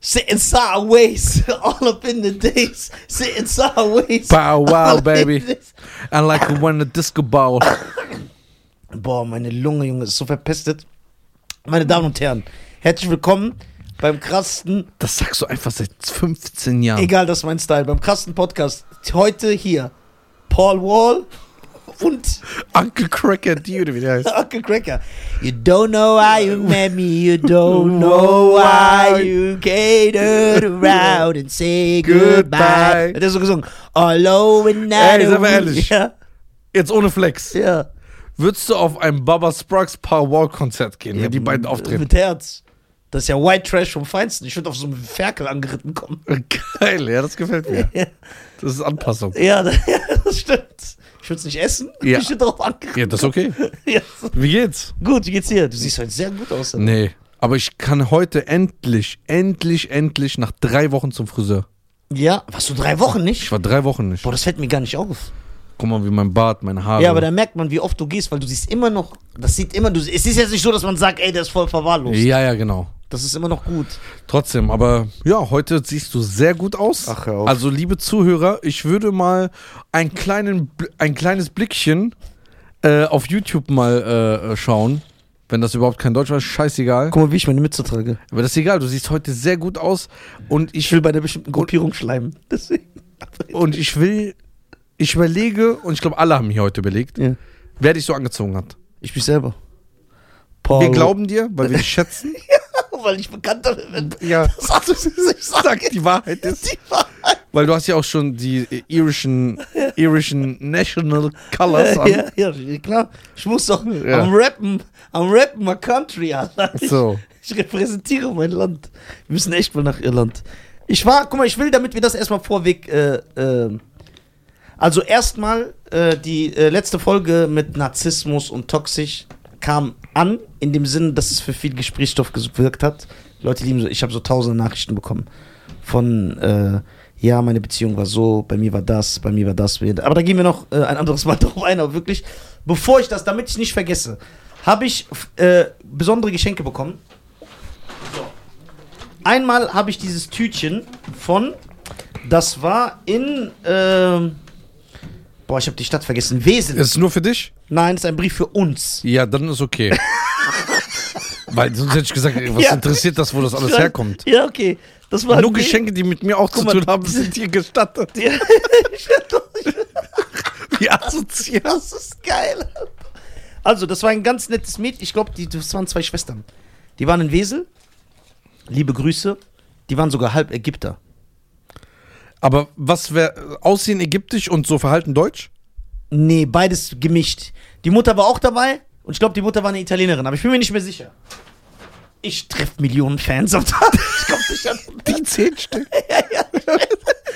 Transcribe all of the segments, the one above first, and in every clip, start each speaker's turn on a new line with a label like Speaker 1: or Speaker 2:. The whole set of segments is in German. Speaker 1: sitting sideways all up in the days, sitting sideways.
Speaker 2: Bow wow,
Speaker 1: All in
Speaker 2: baby.
Speaker 1: this.
Speaker 2: And like when a disco ball.
Speaker 1: Boah, meine Lunge, Junge, ist so verpestet. Meine Damen und Herren, herzlich willkommen beim krassesten,
Speaker 2: Das sagst du einfach seit 15 Jahren.
Speaker 1: egal das ist mein Style, beim krassesten Podcast. Heute hier Paul Wall und
Speaker 2: Uncle Cracker Dude, wie der heißt.
Speaker 1: Uncle Cracker. You don't know why you met me, you don't know why you catered around and say goodbye.
Speaker 2: Goodbye.
Speaker 1: Hat er so gesungen. Although in night.
Speaker 2: Ey, sind wir ehrlich.
Speaker 1: Ja,
Speaker 2: Jetzt ohne Flex.
Speaker 1: ja.
Speaker 2: Würdest du auf ein Baba Sprox Power Wall Konzert gehen, wenn die beiden auftreten?
Speaker 1: Mit Herz. Das ist ja White Trash vom Feinsten. Ich würde auf so einen Ferkel angeritten kommen.
Speaker 2: Geil, ja, das gefällt mir.
Speaker 1: Ja,
Speaker 2: Das ist Anpassung.
Speaker 1: ja das stimmt. Ich würde es nicht essen.
Speaker 2: Ja.
Speaker 1: Ich würde drauf angeritten.
Speaker 2: Ja, das ist okay.
Speaker 1: Ja.
Speaker 2: Wie geht's?
Speaker 1: Gut, wie geht's dir? Du siehst heute sehr gut aus.
Speaker 2: Nee, aber ich kann heute endlich, endlich, endlich nach drei Wochen zum Friseur.
Speaker 1: Ja, warst du drei Wochen
Speaker 2: Ich
Speaker 1: nicht?
Speaker 2: war drei Wochen nicht.
Speaker 1: Boah, das fällt mir gar nicht auf.
Speaker 2: Guck mal, wie mein Bart, meine Haare.
Speaker 1: Ja, aber da merkt man, wie oft du gehst, weil du siehst immer noch, das sieht immer, du, es ist jetzt nicht so, dass man sagt, ey, der ist voll verwahrlost.
Speaker 2: ja, ja, genau.
Speaker 1: Das ist immer noch gut.
Speaker 2: Trotzdem, aber ja, heute siehst du sehr gut aus.
Speaker 1: Ach, hör auf.
Speaker 2: Also, liebe Zuhörer, ich würde mal einen kleinen, Bl- ein kleines Blickchen äh, auf YouTube mal äh, äh, schauen. Wenn das überhaupt kein Deutsch war, ist scheißegal.
Speaker 1: Guck mal, wie ich meine Mütze trage.
Speaker 2: Aber das ist egal, du siehst heute sehr gut aus und
Speaker 1: Ich
Speaker 2: ich,
Speaker 1: will bei einer bestimmten Gruppierung schleimen. Deswegen.
Speaker 2: und ich will, ich überlege, und ich glaube, alle haben hier heute überlegt,
Speaker 1: Ja.
Speaker 2: wer dich so angezogen hat.
Speaker 1: Ich mich selber. Paul.
Speaker 2: Wir glauben dir, weil wir dich schätzen.
Speaker 1: weil ich bekannter bin.
Speaker 2: ja,
Speaker 1: Das hast du nicht
Speaker 2: sag
Speaker 1: sagen.
Speaker 2: die Wahrheit ist.
Speaker 1: Die Wahrheit.
Speaker 2: Weil du hast ja auch schon die äh, irischen, irischen National Colors an.
Speaker 1: Ja, ja, klar. Ich muss doch
Speaker 2: Ja.
Speaker 1: am Rappen, am Rappen my country, Alter.
Speaker 2: So.
Speaker 1: Ich repräsentiere mein Land. Wir müssen echt mal nach Irland. Ich war, guck mal, ich will, damit wir das erstmal vorweg. Äh, ähm, also erstmal äh, die äh, letzte Folge mit Narzissmus und toxisch kam an, in dem Sinne, dass es für viel Gesprächsstoff gewirkt hat. Die Leute lieben so, ich habe so tausende Nachrichten bekommen von äh, ja, meine Beziehung war so, bei mir war das, bei mir war das. Aber da gehen wir noch äh, ein anderes Mal drauf ein, aber wirklich, bevor ich das, damit ich nicht vergesse, habe ich f- äh, besondere Geschenke bekommen. Einmal habe ich dieses Tütchen von, das war in, ähm, boah, ich habe die Stadt vergessen, Wesel.
Speaker 2: Ist es nur für dich?
Speaker 1: Nein, ist ein Brief für uns.
Speaker 2: Ja, dann ist okay. Weil sonst hätte ich gesagt, ey, was
Speaker 1: Ja.
Speaker 2: interessiert das, wo das alles herkommt?
Speaker 1: Ja, okay. Das war
Speaker 2: Nur Geschenke, die mit mir auch zu
Speaker 1: mal,
Speaker 2: tun haben, sind hier gestattet. Wie assoziiert.
Speaker 1: das ist geil. Also, das war ein ganz nettes Mädchen. Ich glaube, das waren zwei Schwestern. Die waren in Wesel. Liebe Grüße. Die waren sogar halb Ägypter.
Speaker 2: Aber was wäre Aussehen ägyptisch und so Verhalten deutsch?
Speaker 1: Nee, beides gemischt. Die Mutter war auch dabei und ich glaube, die Mutter war eine Italienerin, aber ich bin mir nicht mehr sicher. Ich treffe Millionen Fans am Tag. Ich komme sicher.
Speaker 2: Die zehn Stück.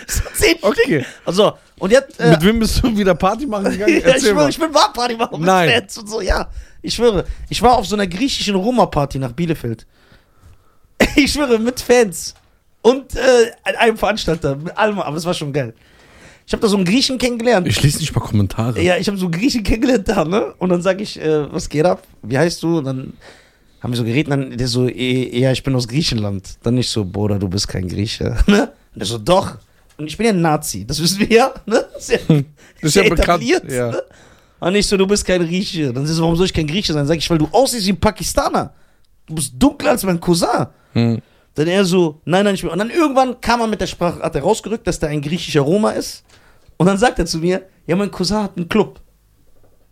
Speaker 1: So zehn Stück.
Speaker 2: Okay.
Speaker 1: Also, und jetzt. Äh,
Speaker 2: Mit wem bist du wieder Party machen gegangen?
Speaker 1: ja, ich
Speaker 2: Erzähl
Speaker 1: schwöre,
Speaker 2: mal.
Speaker 1: ich bin Barparty machen mit
Speaker 2: Nein.
Speaker 1: Fans und so, ja. Ich schwöre, ich war auf so einer griechischen Roma-Party nach Bielefeld. Ich schwöre, mit Fans. Und äh, einem Veranstalter, mit allem, aber das war schon geil. Ich habe da so einen Griechen kennengelernt.
Speaker 2: Ich lese nicht mal Kommentare.
Speaker 1: Ja, ich habe so einen Griechen kennengelernt da, ne? Und dann sage ich, äh, was geht ab? Wie heißt du? Und dann haben wir so geredet und dann der so, eh, ja, ich bin aus Griechenland. Dann nicht so, Bruder, du bist kein Grieche, ne? Und der so, doch. Und ich bin ja ein Nazi, das wissen wir ja, ne? Ist ja,
Speaker 2: Das ist ja bekannt.
Speaker 1: etabliert,
Speaker 2: Ja.
Speaker 1: ne? Und nicht so, du bist kein Grieche. Dann ist so, warum soll ich kein Grieche sein? Sag ich, weil du aussiehst wie ein Pakistaner. Du bist dunkler als mein Cousin.
Speaker 2: Hm.
Speaker 1: Dann er so, nein, nein, ich bin. Und dann irgendwann kam er mit der Sprache, hat er rausgerückt, dass da ein griechischer Roma ist. Und dann sagt er zu mir, ja, mein Cousin hat einen Club.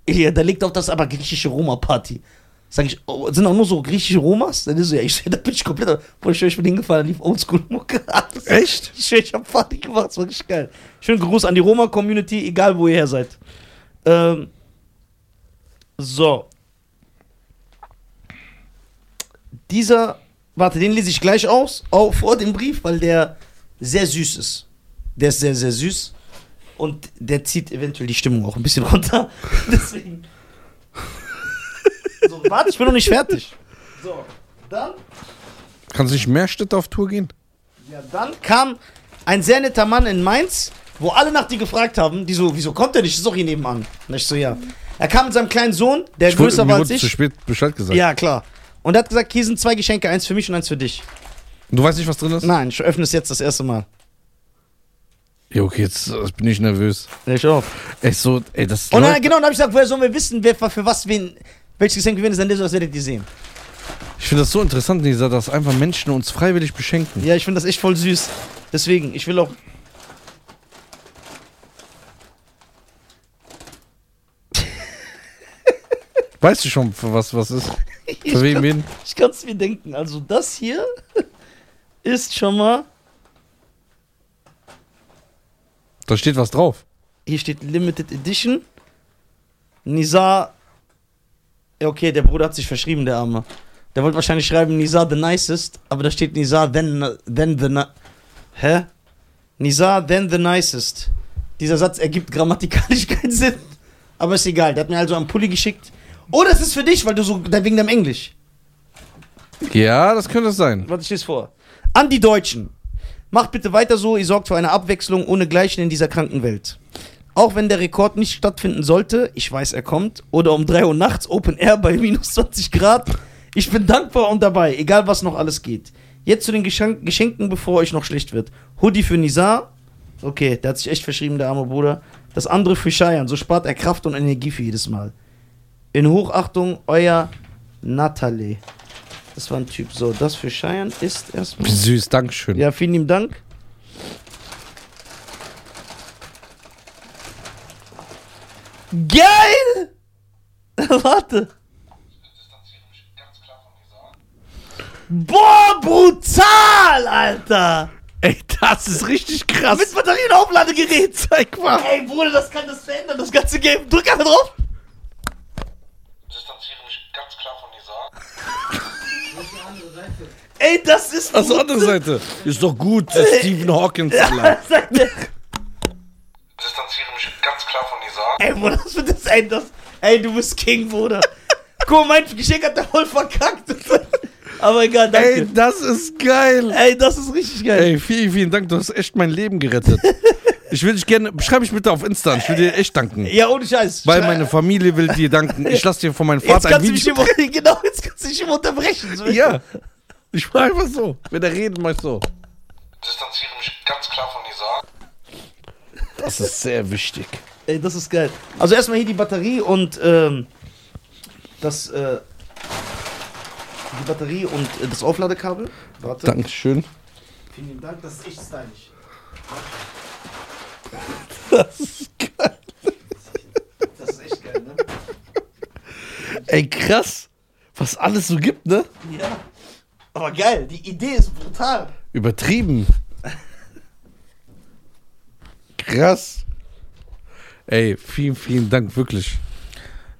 Speaker 1: Ja, da liegt auch das aber griechische Roma-Party. Sag ich, oh, sind auch nur so griechische Romas? Dann ist so, ja, ich, da bin ich komplett. Boah, ich, schwör, ich bin hingefallen, lief Oldschool-Mucke. Alles.
Speaker 2: Echt?
Speaker 1: Ich schwör, ich hab Party gemacht, das war richtig geil. Schönen Gruß an die Roma-Community, egal wo ihr her seid. Ähm, so. Dieser, warte, den lese ich gleich aus, auch vor dem Brief, weil der sehr süß ist. Der ist sehr, sehr süß und der zieht eventuell die Stimmung auch ein bisschen runter. Deswegen. So, warte, ich bin noch nicht fertig. So, dann
Speaker 2: Kannst du nicht mehr Städte auf Tour gehen?
Speaker 1: ja, dann kam ein sehr netter Mann in Mainz, wo alle nach dir gefragt haben, die so, wieso kommt er nicht? Ist doch hier nebenan. Und ich so, ja. Er kam mit seinem kleinen Sohn, der
Speaker 2: Ich wurde-
Speaker 1: größer
Speaker 2: mir
Speaker 1: war als
Speaker 2: wurde
Speaker 1: ich.
Speaker 2: zu spät Bescheid gesagt.
Speaker 1: Ja, klar. Und er hat gesagt, hier sind zwei Geschenke, eins für mich und eins für dich.
Speaker 2: Du weißt nicht, was drin ist?
Speaker 1: Nein, ich öffne es jetzt das erste Mal.
Speaker 2: Ja, okay, jetzt äh, bin ich nervös.
Speaker 1: Ich auch.
Speaker 2: Ey, so, ey, das
Speaker 1: Und dann,
Speaker 2: Leute-
Speaker 1: genau, dann habe ich gesagt, woher sollen wir wissen, wer für was, wen, welches Geschenk gewinnt ist, dann lesen wir das werdet ihr sehen.
Speaker 2: Ich finde das so interessant, Lisa, dass einfach Menschen uns freiwillig beschenken.
Speaker 1: Ja, ich finde das echt voll süß. Deswegen, ich will auch.
Speaker 2: Weißt du schon, für was was ist? Für wen, wen?
Speaker 1: Ich kann es mir denken. Also, das hier ist schon mal.
Speaker 2: Da steht was drauf.
Speaker 1: Hier steht Limited Edition. Nizar. Ja, okay, der Bruder hat sich verschrieben, der Arme. Der wollte wahrscheinlich schreiben Nizar the nicest, aber da steht Nizar then, then the. Ni- Hä? Nizar then the nicest. Dieser Satz ergibt grammatikalisch keinen Sinn. Aber ist egal, der hat mir also einen Pulli geschickt. Oh, das ist für dich, weil du so. wegen deinem Englisch.
Speaker 2: Ja, das könnte es sein.
Speaker 1: Warte, ich lese vor. An die Deutschen. Macht bitte weiter so, ihr sorgt für eine Abwechslung ohnegleichen in dieser kranken Welt. Auch wenn der Rekord nicht stattfinden sollte, ich weiß, er kommt, oder um 3 Uhr nachts Open Air bei minus 20 Grad, ich bin dankbar und dabei, egal was noch alles geht. Jetzt zu den Geschenk Geschenken, bevor euch noch schlecht wird. Hoodie für Nizar. Okay, der hat sich echt verschrieben, der arme Bruder. Das andere für Scheiern, so spart er Kraft und Energie für jedes Mal. In Hochachtung, euer Natalie. Das war ein Typ. So, das für Cheyenne ist erstmal.
Speaker 2: Wie süß, Dankeschön.
Speaker 1: Ja, vielen lieben Dank. Geil! Warte. Boah, brutal, Alter!
Speaker 2: Ey, das ist richtig krass.
Speaker 1: Mit Batterienaufladegerät!
Speaker 2: Zeig mal.
Speaker 1: Ey, Bruder, das kann das verändern, das ganze Game. Drück einfach drauf!
Speaker 3: distanziere mich ganz klar von Nizar.
Speaker 1: Ey, das ist.
Speaker 2: Also andere Seite. Ist doch gut, dass Stephen Hawkins allein.
Speaker 3: Distanziere mich ganz klar von Nizar.
Speaker 1: Ey, Bruder, was wird das ey, das? Ey, du bist King, Bruder. Guck mal, mein Geschenk hat der voll verkackt. Aber egal, danke.
Speaker 2: Ey,
Speaker 1: Ey,
Speaker 2: das ist geil.
Speaker 1: das ist richtig geil.
Speaker 2: Ey, vielen, vielen Dank. Du hast echt mein Leben gerettet. Ich will dich gerne. Schreib mich bitte auf Insta. Ich will dir echt danken.
Speaker 1: Ja, ohne Scheiß.
Speaker 2: Weil meine Familie will dir danken. Ich lasse dir von meinem
Speaker 1: jetzt
Speaker 2: Vater ein
Speaker 1: kannst du mich
Speaker 2: Video.
Speaker 1: immer, genau, jetzt kannst du mich immer unterbrechen. So.
Speaker 2: Ja. Ich war einfach so. Wenn er redet, mach ich so.
Speaker 3: Distanziere mich ganz klar von Nizar.
Speaker 2: Das ist sehr wichtig.
Speaker 1: Ey, das ist geil. Also erstmal hier die Batterie und ähm, das äh, die Batterie und äh, das Aufladekabel. Warte.
Speaker 2: Dankeschön.
Speaker 1: Vielen lieben Dank, das ist echt stylisch. Das ist geil. Das ist echt geil, ne?
Speaker 2: Ey, krass. Was alles so gibt, ne?
Speaker 1: Ja. Aber geil, die Idee ist brutal.
Speaker 2: Übertrieben. Krass. Ey, vielen, vielen Dank, wirklich.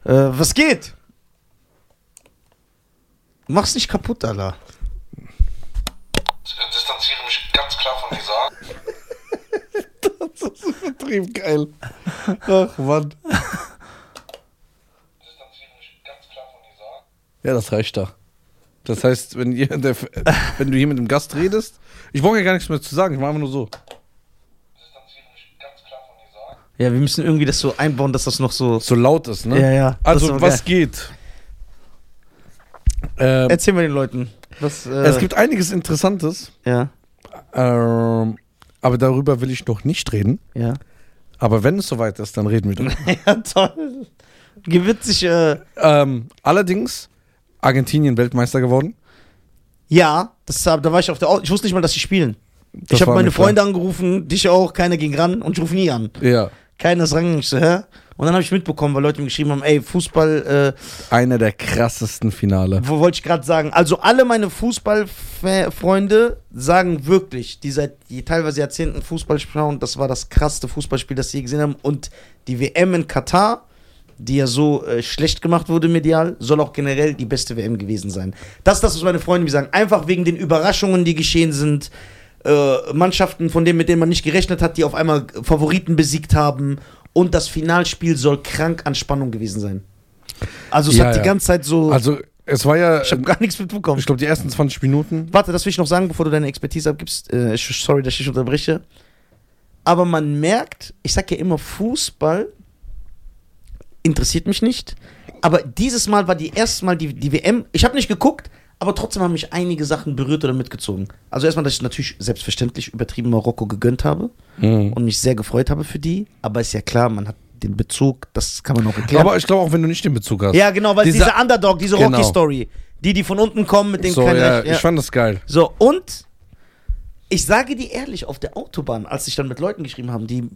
Speaker 1: Äh, was geht? Mach's nicht kaputt, Allah.
Speaker 3: Distanziere mich ganz klar von Nizar.
Speaker 2: Übertrieben geil. Ach, Mann.
Speaker 3: Distanziere mich ganz klar von Nizar.
Speaker 2: Ja, das reicht da. Das heißt, wenn, ihr der, wenn du hier mit dem Gast redest, ich brauche ja gar nichts mehr zu sagen, ich mache einfach nur so.
Speaker 3: Distanziere mich ganz klar von Nizar.
Speaker 1: Ja, wir müssen irgendwie das so einbauen, dass das noch so.
Speaker 2: So laut ist, ne?
Speaker 1: Ja, ja. Das ist
Speaker 2: Also,
Speaker 1: aber
Speaker 2: was geht? Ähm,
Speaker 1: Erzähl mal den Leuten. Was, äh,
Speaker 2: es gibt einiges Interessantes,
Speaker 1: Ja,
Speaker 2: ähm, aber darüber will ich noch nicht reden.
Speaker 1: ja.
Speaker 2: Aber wenn es soweit ist, dann reden wir drüber.
Speaker 1: ja, toll. Gewitzig, äh.
Speaker 2: Ähm, allerdings Argentinien Weltmeister geworden.
Speaker 1: Ja, das, da war ich auf der. Au ich wusste nicht mal, dass sie spielen.
Speaker 2: Das
Speaker 1: ich habe
Speaker 2: war
Speaker 1: meine
Speaker 2: mir klar.
Speaker 1: Freunde angerufen, dich auch, keiner ging ran und ich rufe nie an.
Speaker 2: Ja.
Speaker 1: Keiner ist rangegangen. Ich so, hä? Und dann habe ich mitbekommen, weil Leute mir geschrieben haben, ey, Fußball, äh,
Speaker 2: Einer der krassesten Finale.
Speaker 1: Wo wollte ich gerade sagen? Also alle meine Fußballfreunde sagen wirklich, die seit die teilweise Jahrzehnten Fußball schauen, das war das krasseste Fußballspiel, das sie je gesehen haben. Und die WM in Katar, die ja so äh, schlecht gemacht wurde medial, soll auch generell die beste WM gewesen sein. Das ist das, was meine Freunde mir sagen. Einfach wegen den Überraschungen, die geschehen sind. äh, Mannschaften, von denen, mit denen man nicht gerechnet hat, die auf einmal Favoriten besiegt haben. Und das Finalspiel soll krank an Spannung gewesen sein. Also es
Speaker 2: Ja,
Speaker 1: hat die
Speaker 2: ja.
Speaker 1: ganze Zeit so.
Speaker 2: Also, es war ja, ähm,
Speaker 1: Ich habe
Speaker 2: ich
Speaker 1: gar nichts mitbekommen.
Speaker 2: glaube, die ersten 20 Minuten.
Speaker 1: Warte, das will ich noch sagen, bevor du deine Expertise abgibst. Äh, ich- sorry, dass ich dich unterbreche. Aber man merkt, ich sag ja immer, Fußball interessiert mich nicht. Aber dieses Mal war die erste Mal die, die WM. Ich habe nicht geguckt, Aber trotzdem haben mich einige Sachen berührt oder mitgezogen. Also erstmal, dass ich natürlich selbstverständlich übertrieben Marokko gegönnt habe
Speaker 2: Hm.
Speaker 1: und mich sehr gefreut habe für die. Aber ist ja klar, man hat den Bezug, das kann man auch erklären.
Speaker 2: Aber ich glaube auch, wenn du nicht den Bezug hast.
Speaker 1: ja, genau, weil diese,
Speaker 2: Diese-
Speaker 1: Underdog, diese
Speaker 2: Genau.
Speaker 1: Rocky-Story, die, die von unten kommen mit dem
Speaker 2: so,
Speaker 1: kein
Speaker 2: ja,
Speaker 1: Recht- ja.
Speaker 2: Ich fand das geil.
Speaker 1: So, und ich sage dir ehrlich, auf der Autobahn, als ich dann mit Leuten geschrieben habe, die.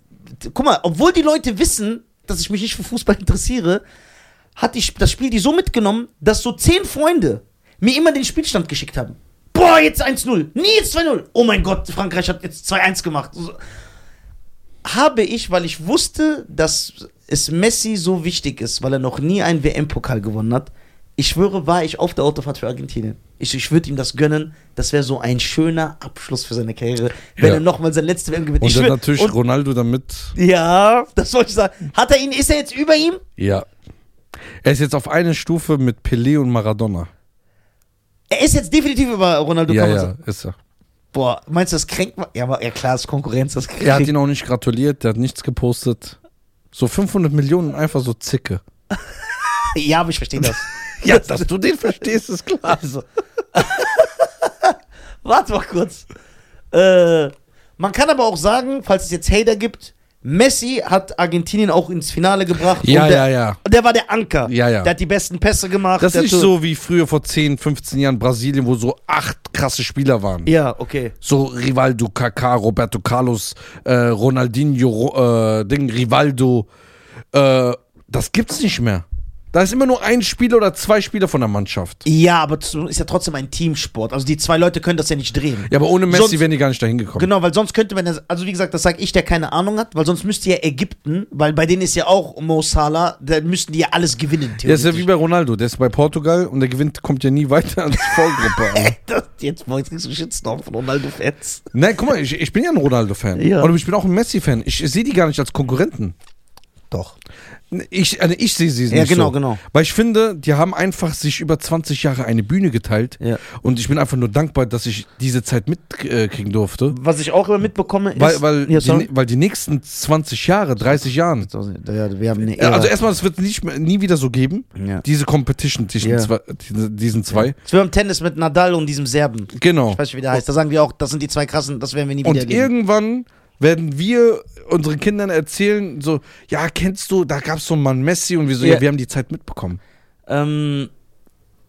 Speaker 1: Guck mal, obwohl die Leute wissen, dass ich mich nicht für Fußball interessiere, hat die, das Spiel die so mitgenommen, dass so zehn Freunde mir immer den Spielstand geschickt haben. Boah, jetzt 1-0. Nee, jetzt 2-0. Oh mein Gott, Frankreich hat jetzt 2-1 gemacht. So. Habe ich, weil ich wusste, dass es Messi so wichtig ist, weil er noch nie einen WM-Pokal gewonnen hat. Ich schwöre, war ich auf der Autofahrt für Argentinien. Ich, ich würde ihm das gönnen. Das wäre so ein schöner Abschluss für seine Karriere, wenn
Speaker 2: Ja.
Speaker 1: er nochmal sein letztes WM gewinnt.
Speaker 2: Und
Speaker 1: ich
Speaker 2: dann
Speaker 1: schwör-
Speaker 2: natürlich
Speaker 1: und-
Speaker 2: Ronaldo damit.
Speaker 1: ja, das wollte ich sagen. Hat er ihn, ist er jetzt über ihm?
Speaker 2: Ja. Er ist jetzt auf einer Stufe mit Pelé und Maradona.
Speaker 1: Er ist jetzt definitiv über Ronaldo.
Speaker 2: ja,
Speaker 1: kann man
Speaker 2: ja,
Speaker 1: sagen.
Speaker 2: ist er.
Speaker 1: Boah, meinst du, das kränkt man? Ja, aber, ja klar, das ist Konkurrenz, das kränkt.
Speaker 2: Er hat ihn auch nicht gratuliert, der hat nichts gepostet. So 500 Millionen einfach so Zicke.
Speaker 1: ja, aber ich verstehe das.
Speaker 2: Ja, dass du den verstehst, ist klar.
Speaker 1: Also. Warte mal kurz. Äh, man kann aber auch sagen, falls es jetzt Hater gibt, Messi hat Argentinien auch ins Finale gebracht.
Speaker 2: Ja,
Speaker 1: und der,
Speaker 2: ja, ja.
Speaker 1: Der war der Anker.
Speaker 2: Ja, ja.
Speaker 1: Der hat die besten Pässe gemacht.
Speaker 2: Das
Speaker 1: der
Speaker 2: ist nicht
Speaker 1: hat-
Speaker 2: so wie früher vor 10, 15 Jahren Brasilien, wo so acht krasse Spieler waren.
Speaker 1: Ja, okay.
Speaker 2: So Rivaldo, Kaká, Roberto Carlos, äh, Ronaldinho, Ro- äh, Ding, Rivaldo. Äh, das gibt's nicht mehr. Da ist immer nur ein Spieler oder zwei Spieler von der Mannschaft.
Speaker 1: Ja, aber es ist ja trotzdem ein Teamsport. Also die zwei Leute können das ja nicht drehen.
Speaker 2: Ja, aber ohne Messi
Speaker 1: Sonst-
Speaker 2: wären die gar nicht dahin gekommen.
Speaker 1: Genau, weil sonst könnte man ja, also wie gesagt, das sage ich, der keine Ahnung hat, weil sonst müsste ja Ägypten, weil bei denen ist ja auch Mo Salah, da müssten die ja alles gewinnen,
Speaker 2: Der ist ja
Speaker 1: theoretisch.
Speaker 2: wie bei Ronaldo, der ist bei Portugal und der gewinnt, kommt ja nie weiter als Vorgruppe. an.
Speaker 1: das, jetzt, boah, jetzt kriegst du Shitstorm von Ronaldo-Fans.
Speaker 2: Nein, guck mal, ich, ich bin ja ein Ronaldo-Fan.
Speaker 1: Ja.
Speaker 2: Und ich bin auch ein Messi-Fan. Ich sehe die gar nicht als Konkurrenten.
Speaker 1: Doch.
Speaker 2: Ich, also ich sehe sie
Speaker 1: Ja,
Speaker 2: nicht
Speaker 1: genau,
Speaker 2: so.
Speaker 1: genau.
Speaker 2: Weil ich finde, die haben einfach sich über 20 Jahre eine Bühne geteilt.
Speaker 1: Ja.
Speaker 2: Und ich bin einfach nur dankbar, dass ich diese Zeit mitkriegen durfte.
Speaker 1: Was ich auch immer mitbekomme ist.
Speaker 2: Weil, weil,
Speaker 1: ja, sorry.
Speaker 2: die, ne- weil die nächsten 20 Jahre, 30 Jahren.
Speaker 1: ja, wir haben eine
Speaker 2: Ja.
Speaker 1: Ära.
Speaker 2: Also erstmal, es wird nicht mehr, nie wieder so geben.
Speaker 1: Ja.
Speaker 2: Diese Competition zwischen
Speaker 1: Ja.
Speaker 2: zwei, diese- diesen zwei.
Speaker 1: Jetzt wir haben Tennis mit Nadal und diesem Serben.
Speaker 2: Genau.
Speaker 1: Ich weiß nicht, wie der heißt. Da sagen wir auch, das sind die zwei krassen, das werden wir nie wieder
Speaker 2: Und
Speaker 1: erleben.
Speaker 2: irgendwann werden wir unseren Kindern erzählen, so, ja, kennst du, da gab es so einen Mann Messi und wir so,
Speaker 1: Ja.
Speaker 2: ja, wir haben die Zeit mitbekommen.
Speaker 1: Ähm,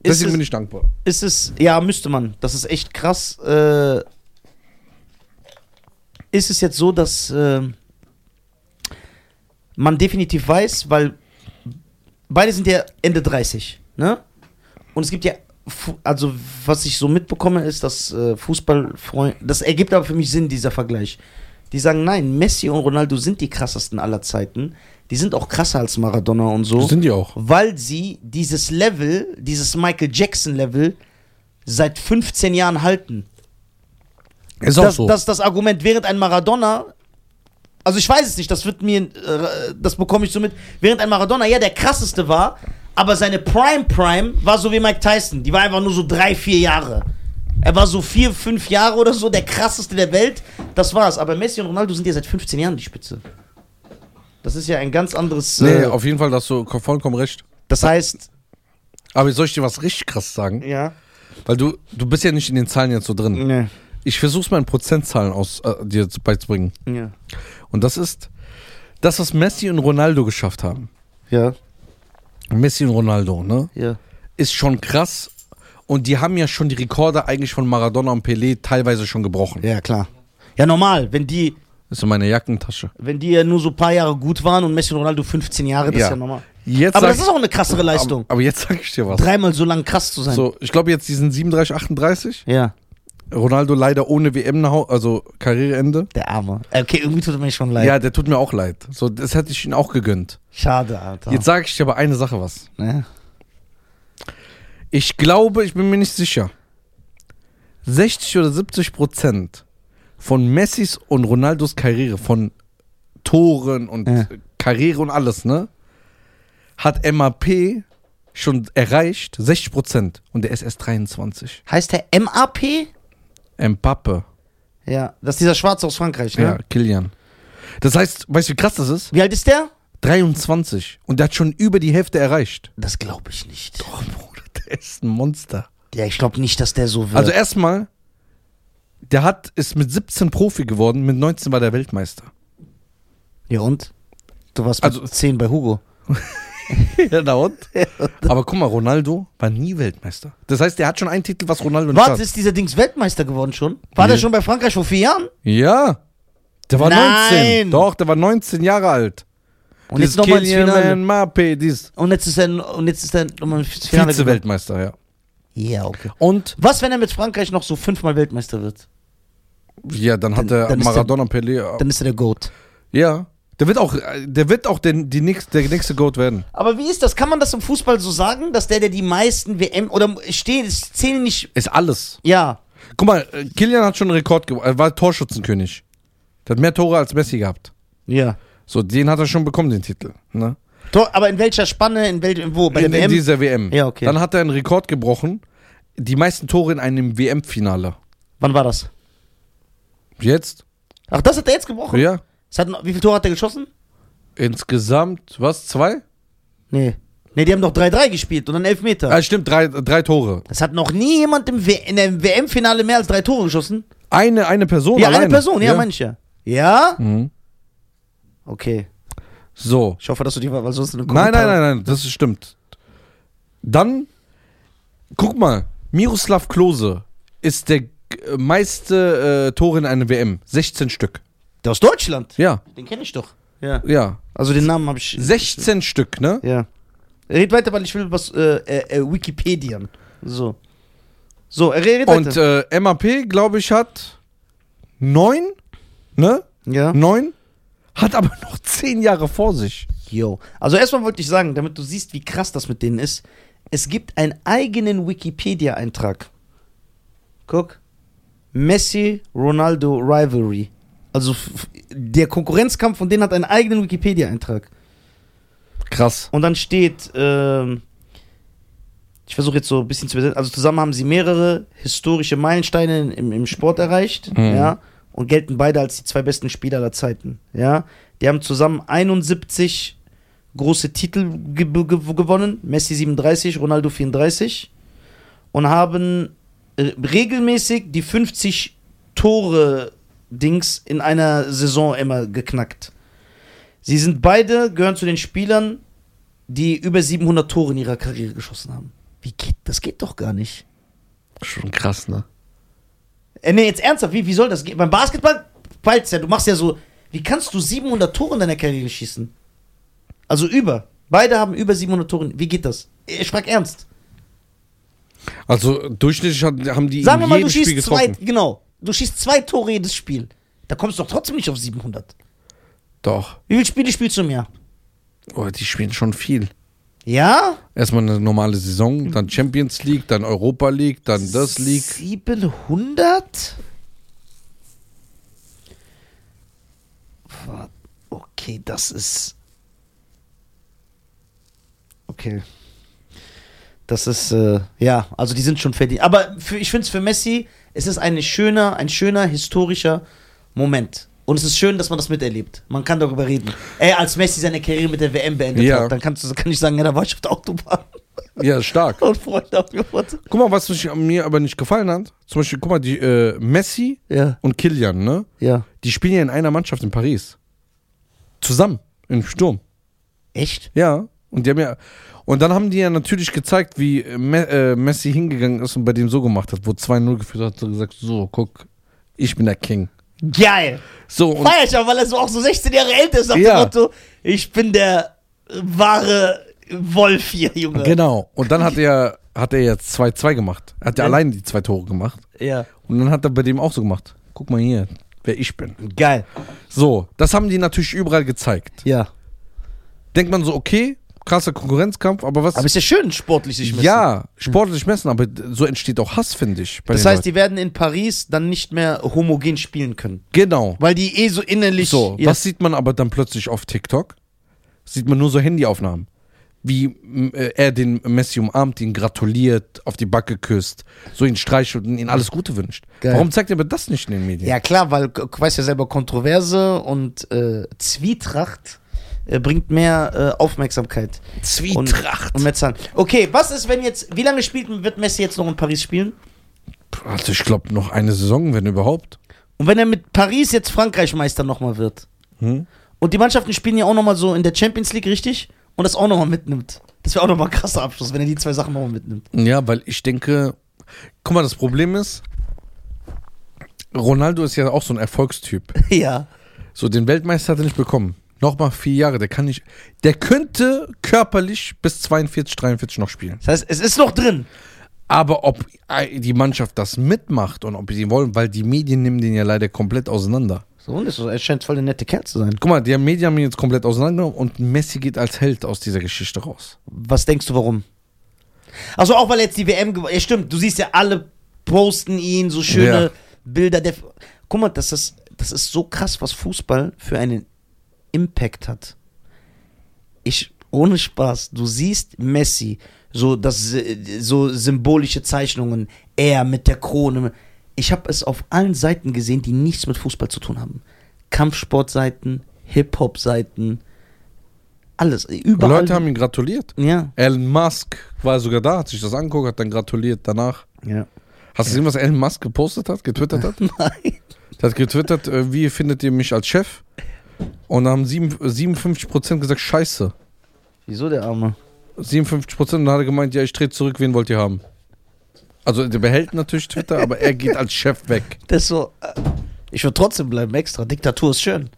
Speaker 1: ist,
Speaker 2: Deswegen
Speaker 1: es,
Speaker 2: bin ich dankbar.
Speaker 1: ist es. Ja, müsste man. Das ist echt krass. Äh, ist es jetzt so, dass äh, man definitiv weiß, weil beide sind ja Ende 30, ne? Und es gibt ja, Fu- also was ich so mitbekomme, ist, dass äh, Fußballfreunde, das ergibt aber für mich Sinn, dieser Vergleich. Die sagen, nein, Messi und Ronaldo sind die krassesten aller Zeiten. Die sind auch krasser als Maradona und so.
Speaker 2: Sind die auch.
Speaker 1: Weil sie dieses Level, dieses Michael Jackson-Level, seit 15 Jahren halten.
Speaker 2: Ist
Speaker 1: das, das ist das Argument, während ein Maradona, also ich weiß es nicht, das wird mir, äh, das bekomme ich so mit, während ein Maradona ja der krasseste war, aber seine Prime Prime war so wie Mike Tyson, die war einfach nur so drei, vier Jahre. Er war so vier, fünf Jahre oder so der krasseste der Welt, das war's. Aber Messi und Ronaldo sind ja seit 15 Jahren die Spitze. Das ist ja ein ganz anderes.
Speaker 2: Nee,
Speaker 1: äh,
Speaker 2: auf jeden Fall, da hast du ko- vollkommen recht.
Speaker 1: das heißt,
Speaker 2: Aber soll ich dir was richtig krass sagen?
Speaker 1: ja.
Speaker 2: Weil du, du bist ja nicht in den Zahlen jetzt so drin.
Speaker 1: Nee.
Speaker 2: Ich versuch's mal in Prozentzahlen aus, äh, dir zu- beizubringen.
Speaker 1: Ja.
Speaker 2: Und das ist das, was Messi und Ronaldo geschafft haben.
Speaker 1: Ja.
Speaker 2: Messi und Ronaldo, ne?
Speaker 1: Ja.
Speaker 2: Ist schon krass. Und die haben ja schon die Rekorde eigentlich von Maradona und Pelé teilweise schon gebrochen.
Speaker 1: Ja, klar. Ja, normal, wenn die,
Speaker 2: Ist in meiner Jackentasche.
Speaker 1: wenn die ja nur so ein paar Jahre gut waren und Messi und Ronaldo 15 Jahre, das ist
Speaker 2: Ja.
Speaker 1: ja normal.
Speaker 2: Jetzt
Speaker 1: Aber
Speaker 2: sag-
Speaker 1: das ist auch eine krassere Leistung.
Speaker 2: Aber jetzt sag ich dir was.
Speaker 1: Dreimal so lang krass zu sein.
Speaker 2: So, ich glaube jetzt, die sind 37, 38.
Speaker 1: Ja,
Speaker 2: Ronaldo leider ohne WM, nach Hau- also Karriereende.
Speaker 1: der Arme. Okay, irgendwie tut er mir schon leid.
Speaker 2: Ja, der tut mir auch leid. So, das hätte ich ihm auch gegönnt.
Speaker 1: Schade, Alter.
Speaker 2: Jetzt sage ich dir aber eine Sache was.
Speaker 1: ne?
Speaker 2: Ich glaube, ich bin mir nicht sicher. 60 oder 70 Prozent von Messis und Ronaldos Karriere, von Toren und
Speaker 1: Ja.
Speaker 2: Karriere und alles, ne? Hat MAP schon erreicht, 60 Prozent. Und der ist erst 23.
Speaker 1: Heißt der MAP?
Speaker 2: Mbappe.
Speaker 1: Ja, das ist dieser Schwarze aus Frankreich, ne?
Speaker 2: Ja, Kilian. Das heißt, weißt du, wie krass das ist?
Speaker 1: Wie alt ist der?
Speaker 2: 23. Und der hat schon über die Hälfte erreicht.
Speaker 1: Das glaube ich nicht.
Speaker 2: Oh, Bruder, der ist ein Monster.
Speaker 1: Ja, ich glaube nicht, dass der so wird.
Speaker 2: Also erstmal, der hat, ist mit 17 Profi geworden, mit 19 war der Weltmeister.
Speaker 1: ja, und? Du warst mit
Speaker 2: Also-
Speaker 1: 10 bei Hugo.
Speaker 2: ja, na und? Aber guck mal, Ronaldo war nie Weltmeister. Das heißt, der hat schon einen Titel, was Ronaldo nicht
Speaker 1: Warte,
Speaker 2: hat.
Speaker 1: ist dieser Dings Weltmeister geworden schon? War
Speaker 2: Nee.
Speaker 1: der schon bei Frankreich vor vier Jahren?
Speaker 2: Ja. Der war
Speaker 1: Nein.
Speaker 2: 19. Doch, der war 19 Jahre alt.
Speaker 1: Und jetzt nochmal ins Finale.
Speaker 2: Mape, dieses
Speaker 1: Und jetzt ist er, und jetzt ist er nochmal ins Finale. gekommen.
Speaker 2: Vize-Weltmeister, ja.
Speaker 1: Ja, okay.
Speaker 2: Und
Speaker 1: Was, wenn er mit Frankreich noch so fünfmal Weltmeister wird?
Speaker 2: ja, dann hat
Speaker 1: Dann-
Speaker 2: er
Speaker 1: dann ist der-
Speaker 2: Maradona Pelé.
Speaker 1: Dann ist er der Goat.
Speaker 2: ja. Der wird auch, äh, der wird auch den, die nächste, der nächste Goat werden.
Speaker 1: Aber wie ist das? Kann man das im Fußball so sagen, dass der, der die meisten WM oder stehen, zählen nicht.
Speaker 2: Ist alles.
Speaker 1: Ja.
Speaker 2: Guck mal, äh, Kilian hat schon einen Rekord gemacht. Er war Torschützenkönig. Der hat mehr Tore als Messi gehabt.
Speaker 1: Ja.
Speaker 2: So, den hat er schon bekommen, den Titel. Ne?
Speaker 1: Tor, aber in welcher Spanne, in welchem, wo? Bei
Speaker 2: in,
Speaker 1: der WM?
Speaker 2: in dieser WM.
Speaker 1: Ja, okay.
Speaker 2: Dann hat er einen Rekord gebrochen. Die meisten Tore in einem WM-Finale.
Speaker 1: Wann war das?
Speaker 2: Jetzt?
Speaker 1: Ach, das hat er jetzt gebrochen?
Speaker 2: Ja.
Speaker 1: Es hat, noch- wie viele Tore hat er geschossen?
Speaker 2: Insgesamt, was? Zwei?
Speaker 1: Nee. Nee, die haben doch 3-3 gespielt und dann Elfmeter.
Speaker 2: Ah, stimmt, drei, drei Tore.
Speaker 1: Das hat noch nie jemand im w in einem WM-Finale mehr als drei Tore geschossen.
Speaker 2: Eine, eine Person.
Speaker 1: ja,
Speaker 2: alleine.
Speaker 1: eine Person, Oh, ja, manche. Ja?
Speaker 2: Mhm.
Speaker 1: Okay.
Speaker 2: So.
Speaker 1: Ich hoffe, dass du die, weil sonst eine
Speaker 2: Nein, nein, nein, nein, das ist stimmt. Dann, guck mal, Miroslav Klose ist der äh, meiste äh, Tore in einer WM. 16 Stück.
Speaker 1: Der aus Deutschland.
Speaker 2: Ja,
Speaker 1: Den kenne ich doch. Ja.
Speaker 2: ja.
Speaker 1: Also den Namen habe ich.
Speaker 2: 16 Stück, ne?
Speaker 1: Ja. Red weiter, weil ich will was äh, äh, äh, Wikipedian. So. So, äh, red weiter.
Speaker 2: Und äh, MAP, glaube ich, hat 9, ne?
Speaker 1: ja.
Speaker 2: 9, hat aber noch 10 Jahre vor sich.
Speaker 1: Yo. Also erstmal wollte ich sagen, damit du siehst, wie krass das mit denen ist. Es gibt einen eigenen Wikipedia-Eintrag. Guck. Messi Ronaldo Rivalry. Also f- f- der Konkurrenzkampf von denen hat einen eigenen Wikipedia-Eintrag.
Speaker 2: Krass.
Speaker 1: Und dann steht, ähm, ich versuche jetzt so ein bisschen zu übersetzen, also zusammen haben sie mehrere historische Meilensteine im, im Sport erreicht,
Speaker 2: Mhm.
Speaker 1: ja, und gelten beide als die zwei besten Spieler aller Zeiten, ja. Die haben zusammen 71 große Titel ge ge gewonnen, Messi 37, Ronaldo 34 und haben äh, regelmäßig die 50 Tore Dings in einer Saison immer geknackt. Sie sind beide, gehören zu den Spielern, die über 700 Tore in ihrer Karriere geschossen haben. Wie geht das? Geht doch gar nicht.
Speaker 2: Schon krass, ne?
Speaker 1: Äh, nee, jetzt ernsthaft, wie, wie soll das gehen? Beim Basketball, bald ja, du machst ja so, wie kannst du 700 Tore in deiner Karriere schießen? Also über. Beide haben über 700 Tore. Wie geht das? Ich frag ernst.
Speaker 2: Also durchschnittlich hat- haben die
Speaker 1: Sagen wir
Speaker 2: in
Speaker 1: mal,
Speaker 2: jedem
Speaker 1: du
Speaker 2: Spiel
Speaker 1: schießt zwei,
Speaker 2: getroffen.
Speaker 1: genau. Du schießt zwei Tore jedes Spiel. Da kommst du doch trotzdem nicht auf 700.
Speaker 2: Doch.
Speaker 1: Wie viele Spiele spielst du im Jahr?
Speaker 2: Oh, die spielen schon viel.
Speaker 1: Ja?
Speaker 2: Erstmal eine normale Saison, dann Champions League, dann Europa League, dann das League.
Speaker 1: 700? Wart- Okay, das ist. Okay. Das ist, äh, ja, also die sind schon verdient. Aber für, ich finde es für Messi, es ist ein schöner, ein schöner historischer Moment. Und es ist schön, dass man das miterlebt. Man kann darüber reden. Ey, als Messi seine Karriere mit der WM beendet
Speaker 2: Ja.
Speaker 1: hat, dann kannst du, kann ich sagen, ja, da war ich auf der Autobahn
Speaker 2: Ja, stark.
Speaker 1: und Freunde abgeholt.
Speaker 2: Guck mal, was mich, mir aber nicht gefallen hat. Zum Beispiel, guck mal, die äh, Messi
Speaker 1: Ja,
Speaker 2: und Kilian, ne?
Speaker 1: ja.
Speaker 2: Die spielen ja in einer Mannschaft in Paris. Zusammen, im Sturm.
Speaker 1: Echt?
Speaker 2: Ja. Und die haben ja. Und dann haben die ja natürlich gezeigt, wie äh, Me äh, Messi hingegangen ist und bei dem so gemacht hat, wo 2-0 geführt hat, hat er gesagt, so, guck, ich bin der King.
Speaker 1: Geil.
Speaker 2: So, und
Speaker 1: Feier ich aber, weil er so auch so 16 Jahre älter ist. Nach
Speaker 2: Ja.
Speaker 1: dem Motto, ich bin der äh, wahre Wolf hier, Junge.
Speaker 2: Genau. Und dann hat er, hat er jetzt 2-2 gemacht. Hat
Speaker 1: Ja.
Speaker 2: er allein die zwei Tore gemacht.
Speaker 1: Ja.
Speaker 2: Und dann hat er bei dem auch so gemacht. Guck mal hier, wer ich bin.
Speaker 1: Geil.
Speaker 2: So, das haben die natürlich überall gezeigt.
Speaker 1: Ja.
Speaker 2: Denkt man so, okay, krasser Konkurrenzkampf, aber was.
Speaker 1: Aber ist ja schön, sportlich sich messen. Hm.
Speaker 2: ja, sportlich messen, aber d- so entsteht auch Hass, finde ich. bei
Speaker 1: Das
Speaker 2: den
Speaker 1: heißt,
Speaker 2: Leuten.
Speaker 1: die werden in Paris dann nicht mehr homogen spielen können.
Speaker 2: genau.
Speaker 1: Weil die eh so innerlich.
Speaker 2: So,
Speaker 1: ja.
Speaker 2: was sieht man aber dann plötzlich auf TikTok? Sieht man nur so Handyaufnahmen. Wie m, äh, er den Messi umarmt, ihn gratuliert, auf die Backe küsst, so ihn streichelt und ihm alles Gute wünscht.
Speaker 1: Geil.
Speaker 2: Warum zeigt er aber das nicht in den Medien?
Speaker 1: Ja, klar, weil du weißt ja selber, Kontroverse und äh, Zwietracht äh, bringt mehr äh, Aufmerksamkeit und,
Speaker 2: Zwietracht.
Speaker 1: und mehr Zahlen. Okay, was ist, wenn jetzt, wie lange spielt, wird Messi jetzt noch in Paris spielen?
Speaker 2: also ich glaube noch eine Saison, wenn überhaupt.
Speaker 1: Und wenn er mit Paris jetzt Frankreich Meister nochmal wird.
Speaker 2: Hm?
Speaker 1: Und die Mannschaften spielen ja auch nochmal so in der Champions League, richtig? Und das auch nochmal mitnimmt. Das wäre auch nochmal ein krasser Abschluss, wenn er die zwei Sachen nochmal mitnimmt.
Speaker 2: Ja, weil ich denke, guck mal, das Problem ist, Ronaldo ist ja auch so ein Erfolgstyp.
Speaker 1: ja.
Speaker 2: So, den Weltmeister hat er nicht bekommen. Nochmal vier Jahre, der kann nicht. Der könnte körperlich bis 42, 43 noch spielen.
Speaker 1: Das heißt, es ist noch drin.
Speaker 2: Aber ob äh, die Mannschaft das mitmacht und ob sie wollen, weil die Medien nehmen den ja leider komplett auseinander.
Speaker 1: So, und das ist, er scheint voll der nette Kerl zu sein.
Speaker 2: Guck mal, die Medien haben ihn jetzt komplett auseinandergenommen und Messi geht als Held aus dieser Geschichte raus.
Speaker 1: Was denkst du, warum? Also auch weil jetzt die WM gewonnen. Ja, stimmt, du siehst ja, alle posten ihn, so schöne
Speaker 2: Ja.
Speaker 1: Bilder. Der Guck mal, das ist, das ist so krass, was Fußball für einen Impact hat. Ich, ohne Spaß, du siehst Messi, so, das, äh, so symbolische Zeichnungen, er mit der Krone. Ich habe es auf allen Seiten gesehen, die nichts mit Fußball zu tun haben. Kampfsportseiten, Hip-Hop-Seiten, alles, überall.
Speaker 2: Leute haben ihn gratuliert.
Speaker 1: ja.
Speaker 2: Elon Musk war sogar da, hat sich das angeguckt, hat dann gratuliert danach.
Speaker 1: Ja.
Speaker 2: Hast du gesehen, was Elon Musk gepostet hat, getwittert hat?
Speaker 1: Nein.
Speaker 2: Der hat getwittert, äh, wie findet ihr mich als Chef? Und da haben sieben- 57% gesagt, scheiße.
Speaker 1: Wieso der Arme?
Speaker 2: 57% und dann hat er gemeint, ja, ich trete zurück, wen wollt ihr haben? Also der behält natürlich Twitter, aber er geht als Chef weg.
Speaker 1: Der ist so. Äh, ich würde trotzdem bleiben extra. Diktatur ist schön.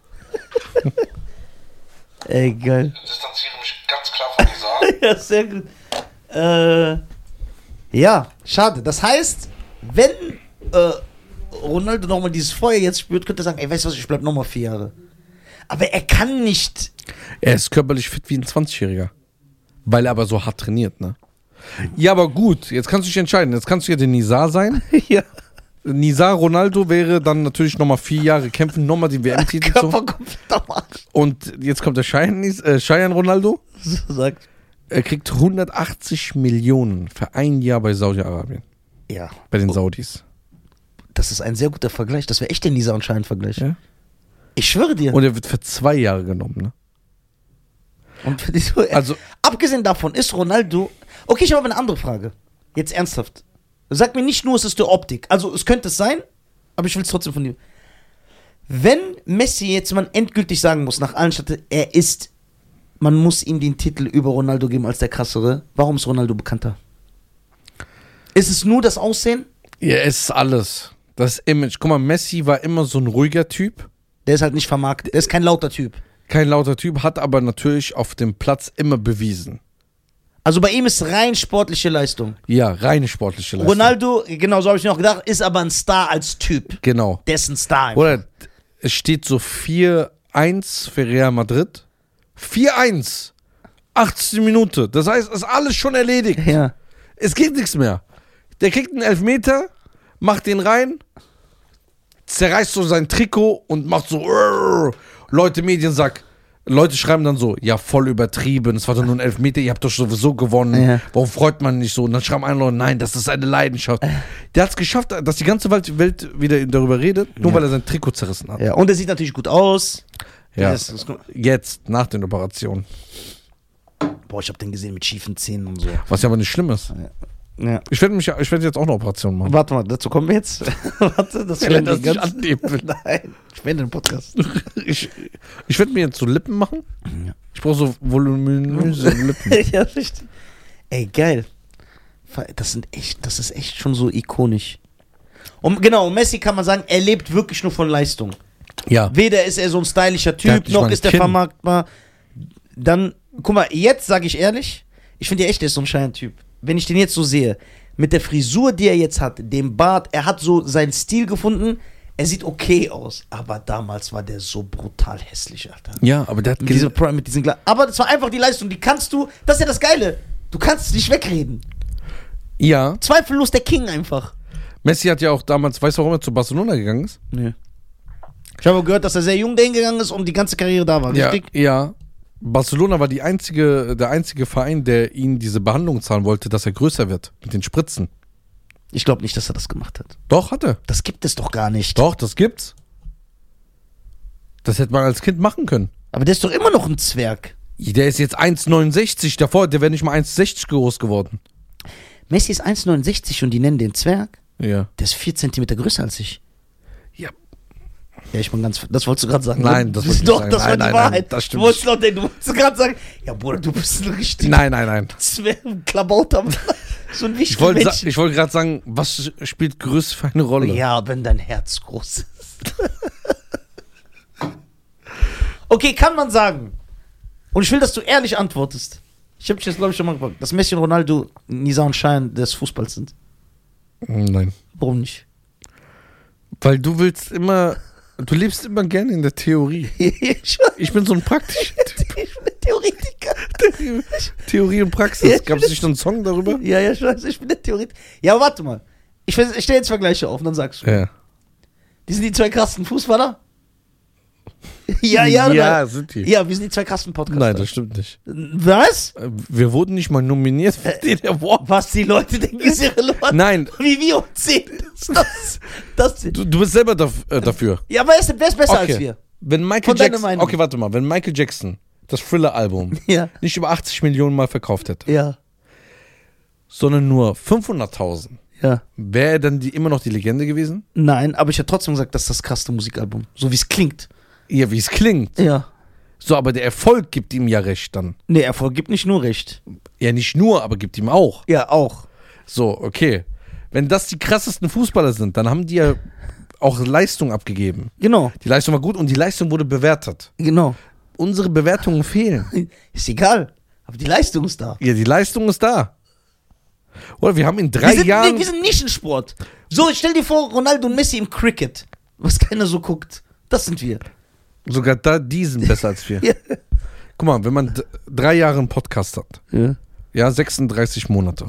Speaker 1: Ey, geil.
Speaker 3: Distanziere mich ganz klar von dieser Art.
Speaker 1: Ja, sehr gut. Äh, ja, schade. Das heißt, wenn äh, Ronaldo nochmal dieses Feuer jetzt spürt, könnte er sagen: Ey, weißt du was, ich bleib nochmal vier Jahre. Aber er kann nicht.
Speaker 2: Er ist körperlich fit wie ein 20-Jähriger. Weil er aber so hart trainiert, ne? Ja, aber gut, jetzt kannst du dich entscheiden. Jetzt kannst du ja den Nizar sein.
Speaker 1: ja,
Speaker 2: Nizar Ronaldo wäre dann natürlich nochmal vier Jahre kämpfen, nochmal den WM-Titel.
Speaker 1: Körper
Speaker 2: So.
Speaker 1: komplett am Arsch.
Speaker 2: Und jetzt kommt der Cheyenne, äh, Cheyenne Ronaldo.
Speaker 1: So sagt.
Speaker 2: Er kriegt 180 Millionen für ein Jahr bei Saudi-Arabien.
Speaker 1: Ja,
Speaker 2: Bei den Saudis.
Speaker 1: das ist ein sehr guter Vergleich. Das wäre echt der Nisa und Schein-Vergleich.
Speaker 2: Ja.
Speaker 1: Ich schwöre dir.
Speaker 2: Und er wird für zwei Jahre genommen, ne?
Speaker 1: Und für die so, also,
Speaker 2: Also-
Speaker 1: abgesehen davon ist Ronaldo. Okay, ich habe aber eine andere Frage. Jetzt ernsthaft. Sag mir nicht nur, es ist die Optik. Also, es könnte es sein, aber ich will es trotzdem von dir. Wenn Messi jetzt man endgültig sagen muss, nach allen Städten, er ist, man muss ihm den Titel über Ronaldo geben als der krassere, warum ist Ronaldo bekannter? Ist es nur das Aussehen?
Speaker 2: Ja, es ist alles. Das Image. Guck mal, Messi war immer so ein ruhiger Typ.
Speaker 1: Der ist halt nicht vermarktet. Der ist kein lauter Typ.
Speaker 2: Kein lauter Typ, hat aber natürlich auf dem Platz immer bewiesen.
Speaker 1: Also bei ihm ist rein sportliche Leistung.
Speaker 2: Ja, reine sportliche Leistung.
Speaker 1: Ronaldo, genau so habe ich mir auch gedacht, ist aber ein Star als Typ.
Speaker 2: Genau.
Speaker 1: Der ist ein Star. einfach.
Speaker 2: Oder es steht so 4-1 für Real Madrid. 4-1. 80 Minute. Das heißt, es ist alles schon erledigt.
Speaker 1: Ja.
Speaker 2: Es geht nichts mehr. Der kriegt einen Elfmeter, macht den rein, zerreißt so sein Trikot und macht so. Leute, Medien sagt. Leute schreiben dann so, ja, voll übertrieben, es war doch nur ein Elfmeter, ihr habt doch sowieso gewonnen,
Speaker 1: Ja.
Speaker 2: warum freut man nicht so? Und dann schreiben andere Leute, nein, das ist eine Leidenschaft. Der hat es geschafft, dass die ganze Welt Welt wieder darüber redet, nur weil er sein Trikot zerrissen hat.
Speaker 1: ja. Und er sieht natürlich gut aus.
Speaker 2: Ja.
Speaker 1: Das ist- das-
Speaker 2: Jetzt, nach den Operationen.
Speaker 1: boah, ich habe den gesehen mit schiefen Zähnen und so.
Speaker 2: Was ja aber nicht schlimm ist.
Speaker 1: Ja.
Speaker 2: Ich werde mich, ja- ich werde jetzt auch eine Operation machen.
Speaker 1: Warte mal, dazu kommen wir jetzt. Warte, das
Speaker 2: Wenn
Speaker 1: werden
Speaker 2: das
Speaker 1: wir
Speaker 2: nicht
Speaker 1: ganz.
Speaker 2: annehmen will.
Speaker 1: Nein, ich bin den Podcast.
Speaker 2: Ich, ich werde mir jetzt so Lippen machen.
Speaker 1: Ja.
Speaker 2: Ich brauche so voluminöse Lippen.
Speaker 1: ja, richtig. Ey, geil. Ver- Das sind echt, das ist echt schon so ikonisch. Und genau, und Messi kann man sagen, er lebt wirklich nur von Leistung.
Speaker 2: Ja.
Speaker 1: Weder ist er so ein stylischer
Speaker 2: Der hat
Speaker 1: Typ,
Speaker 2: nicht mal
Speaker 1: noch
Speaker 2: ein
Speaker 1: ist er
Speaker 2: Kinn.
Speaker 1: vermarktbar. Dann, guck mal, jetzt sage ich ehrlich, ich finde echt, der ist so ein scheiner Typ. Wenn ich den jetzt so sehe, mit der Frisur, die er jetzt hat, dem Bart, er hat so seinen Stil gefunden, er sieht okay aus. Aber damals war der so brutal hässlich, Alter.
Speaker 2: Ja, aber der hat
Speaker 1: Mit
Speaker 2: gel-
Speaker 1: diesem Prime, mit diesen Gla Aber das war einfach die Leistung, die kannst du, das ist ja das Geile. Du kannst es nicht wegreden.
Speaker 2: Ja,
Speaker 1: Zweifellos der King einfach.
Speaker 2: Messi hat ja auch damals, weißt du, warum er zu Barcelona gegangen ist?
Speaker 1: Nee. Ich habe gehört, dass er sehr jung dahin gegangen ist und die ganze Karriere da war, richtig?
Speaker 2: Ja, ja. Barcelona war die einzige, der einzige Verein, der ihn diese Behandlung zahlen wollte, dass er größer wird mit den Spritzen.
Speaker 1: Ich glaube nicht, dass er das gemacht hat.
Speaker 2: Doch, hat er.
Speaker 1: Das gibt es doch gar nicht.
Speaker 2: Doch, das gibt's. Das hätte man als Kind machen können.
Speaker 1: Aber der ist doch immer noch ein Zwerg.
Speaker 2: Der ist jetzt 1,69. Davor, der wäre nicht mal 1,60 groß geworden.
Speaker 1: Messi ist 1,69 und die nennen den Zwerg.
Speaker 2: Ja.
Speaker 1: Der ist 4 cm größer als ich.
Speaker 2: Ja.
Speaker 1: Ja, ich bin ganz. Das wolltest du gerade sagen.
Speaker 2: Nein,
Speaker 1: ne?
Speaker 2: das wollte ich
Speaker 1: Doch,
Speaker 2: nicht
Speaker 1: das
Speaker 2: sagen.
Speaker 1: war
Speaker 2: Nein,
Speaker 1: die
Speaker 2: nein, nein,
Speaker 1: Wahrheit.
Speaker 2: das stimmt
Speaker 1: du wolltest doch denken, du wolltest gerade sagen, ja, Bruder, du bist ein richtiger
Speaker 2: Nein, nein, nein.
Speaker 1: Zwerg, ein Klabauter. so ein
Speaker 2: Ich
Speaker 1: wichtiger
Speaker 2: wollte
Speaker 1: Mensch.
Speaker 2: sa- ich wollte gerade sagen, was spielt Größe für eine Rolle?
Speaker 1: Ja, wenn dein Herz groß ist. okay, kann man sagen. Und ich will, dass du ehrlich antwortest. Ich habe dich jetzt, glaube ich, schon mal gefragt, dass Messi und Ronaldo Nisa und Schein des Fußballs sind.
Speaker 2: Nein.
Speaker 1: Warum nicht?
Speaker 2: Weil du willst immer, du lebst immer gerne in der Theorie.
Speaker 1: ich
Speaker 2: Ich bin so ein praktischer Typ.
Speaker 1: bin Theoretiker.
Speaker 2: Theorie und Praxis. Gab es nicht einen Song darüber?
Speaker 1: Ja, ja, ich weiß, ich bin der Theoretiker. Ja, aber warte mal. Ich, vers- ich stelle jetzt Vergleiche auf und dann sagst du.
Speaker 2: Ja.
Speaker 1: Die sind die zwei krassen Fußballer? ja, ja, oder?
Speaker 2: Ja, sind die.
Speaker 1: Ja, ne? wir sind die zwei krassen Podcaster.
Speaker 2: Nein, das stimmt nicht.
Speaker 1: Was?
Speaker 2: Äh, Wir wurden nicht mal nominiert
Speaker 1: Äh.
Speaker 2: für den Award.
Speaker 1: Was die Leute denken, ist irrelevant.
Speaker 2: Oh. Nein,
Speaker 1: Wie wir uns sehen. Das, das, das,
Speaker 2: du, du bist selber daf äh, dafür.
Speaker 1: ja, wer ist, wer ist besser als wir?
Speaker 2: Wenn Michael
Speaker 1: Von deiner
Speaker 2: Jackson,
Speaker 1: Meinung.
Speaker 2: okay, warte mal, wenn Michael Jackson das Thriller-Album
Speaker 1: Ja.
Speaker 2: nicht über 80 Millionen Mal verkauft hätte,
Speaker 1: Ja,
Speaker 2: sondern nur 500.000,
Speaker 1: ja.
Speaker 2: wäre er dann die, immer noch die Legende gewesen?
Speaker 1: Nein, aber ich hätte trotzdem gesagt, das ist das krasseste Musikalbum. So wie es klingt.
Speaker 2: Ja, wie es klingt.
Speaker 1: Ja.
Speaker 2: So, aber der Erfolg gibt ihm ja recht dann.
Speaker 1: Nee, Erfolg gibt nicht nur recht.
Speaker 2: Ja, nicht nur, aber gibt ihm auch.
Speaker 1: Ja, auch.
Speaker 2: So, okay. Wenn das die krassesten Fußballer sind, dann haben die ja auch Leistung abgegeben.
Speaker 1: Genau,
Speaker 2: Die Leistung war gut und die Leistung wurde bewertet.
Speaker 1: genau.
Speaker 2: Unsere Bewertungen fehlen.
Speaker 1: Ist egal. Aber die Leistung ist da.
Speaker 2: Ja, die Leistung ist da. Oder wir haben in drei
Speaker 1: wir, sind,
Speaker 2: Jahren.
Speaker 1: wir, wir sind Nischensport. So, stell dir vor, Ronaldo und Messi im Cricket. Was keiner so guckt. Das sind wir.
Speaker 2: Sogar da, die sind besser als wir.
Speaker 1: Ja.
Speaker 2: Guck mal, wenn man d- drei Jahre einen Podcast hat,
Speaker 1: Ja.
Speaker 2: ja, 36 Monate.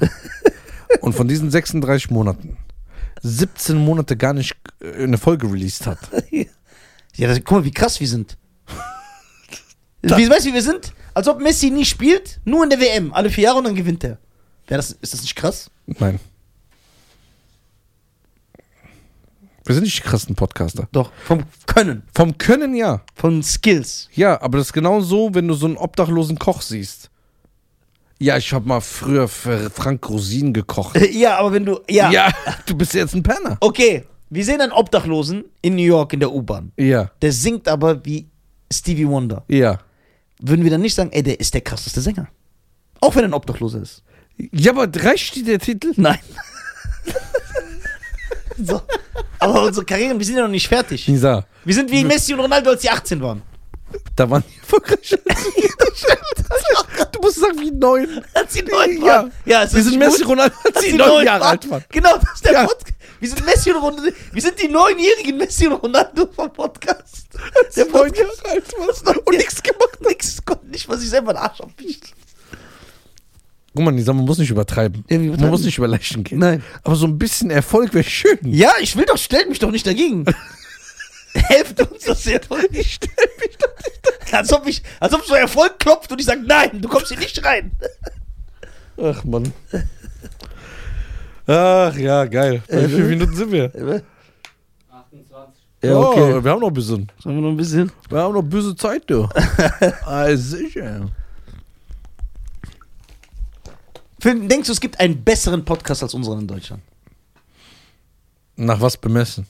Speaker 2: und von diesen 36 Monaten 17 Monate gar nicht äh, eine Folge released hat.
Speaker 1: Ja, das, guck mal, wie krass wir sind. wie, weißt du, wie wir sind? Als ob Messi nie spielt, nur in der WM, alle vier Jahre und dann gewinnt er. Wär das, ist das nicht krass?
Speaker 2: Nein. Wir sind nicht die krassen Podcaster.
Speaker 1: Doch. Vom Können,
Speaker 2: Vom Können ja.
Speaker 1: von Skills.
Speaker 2: Ja, aber das ist genau so, wenn du so einen obdachlosen Koch siehst. Ja, ich habe mal früher für Frank Rosin gekocht.
Speaker 1: Äh, Ja, aber wenn du. Ja.
Speaker 2: Ja. du bist jetzt ein Penner.
Speaker 1: Okay, wir sehen einen Obdachlosen in New York in der U-Bahn.
Speaker 2: Ja,
Speaker 1: Der singt aber wie Stevie Wonder.
Speaker 2: ja.
Speaker 1: Würden wir dann nicht sagen, ey, der ist der krasseste Sänger. Auch wenn er ein Obdachloser ist.
Speaker 2: Ja, aber reicht dir der Titel?
Speaker 1: Nein. so. Aber unsere Karrieren, wir sind ja noch nicht fertig.
Speaker 2: Nisa,
Speaker 1: Wir sind wie Messi und Ronaldo, als sie 18 waren.
Speaker 2: da waren die erfolgreich. du musst sagen, wie neun.
Speaker 1: Als sie 9
Speaker 2: Ja.
Speaker 1: waren. Ja, es
Speaker 2: Wir
Speaker 1: ist
Speaker 2: sind
Speaker 1: nicht
Speaker 2: Messi
Speaker 1: gut,
Speaker 2: Ronaldo, als
Speaker 1: dass
Speaker 2: die
Speaker 1: sie
Speaker 2: neun
Speaker 1: neun
Speaker 2: Jahre alt waren.
Speaker 1: Genau, das ist der
Speaker 2: Ja.
Speaker 1: Podcast. Wir sind Messi und Ronaldo. Wir sind die neunjährigen Messi und Ronaldo vom Podcast. Der
Speaker 2: Neun
Speaker 1: Podcast.
Speaker 2: Jahre alt warst.
Speaker 1: Und nichts gemacht, nichts. Konnte nicht mal sich selber den Arsch abwischen.
Speaker 2: Guck mal, Nisa, man muss nicht übertreiben.
Speaker 1: Ja, wir
Speaker 2: Man
Speaker 1: übertreiben
Speaker 2: muss
Speaker 1: nicht.
Speaker 2: nicht über Leichen gehen.
Speaker 1: Nein.
Speaker 2: Aber so ein bisschen Erfolg wäre schön.
Speaker 1: Ja, ich will doch, stellt mich doch nicht dagegen. Helft uns, dass ihr Erfolg Ich stell mich doch nicht dagegen. Als ob, ich, als ob so Erfolg klopft und ich sage, nein, du kommst hier nicht rein.
Speaker 2: Ach, Mann. Ach, ja, geil.
Speaker 1: Äh,
Speaker 2: Bei wie vielen Minuten sind wir? Oh.
Speaker 4: 28.
Speaker 2: Ja, okay. wir haben noch ein bisschen.
Speaker 1: Sollen wir noch ein bisschen?
Speaker 2: Wir haben noch böse Zeit, du. ah, sicher.
Speaker 1: Finn, denkst du, es gibt einen besseren Podcast als unseren in Deutschland?
Speaker 2: Nach was bemessen?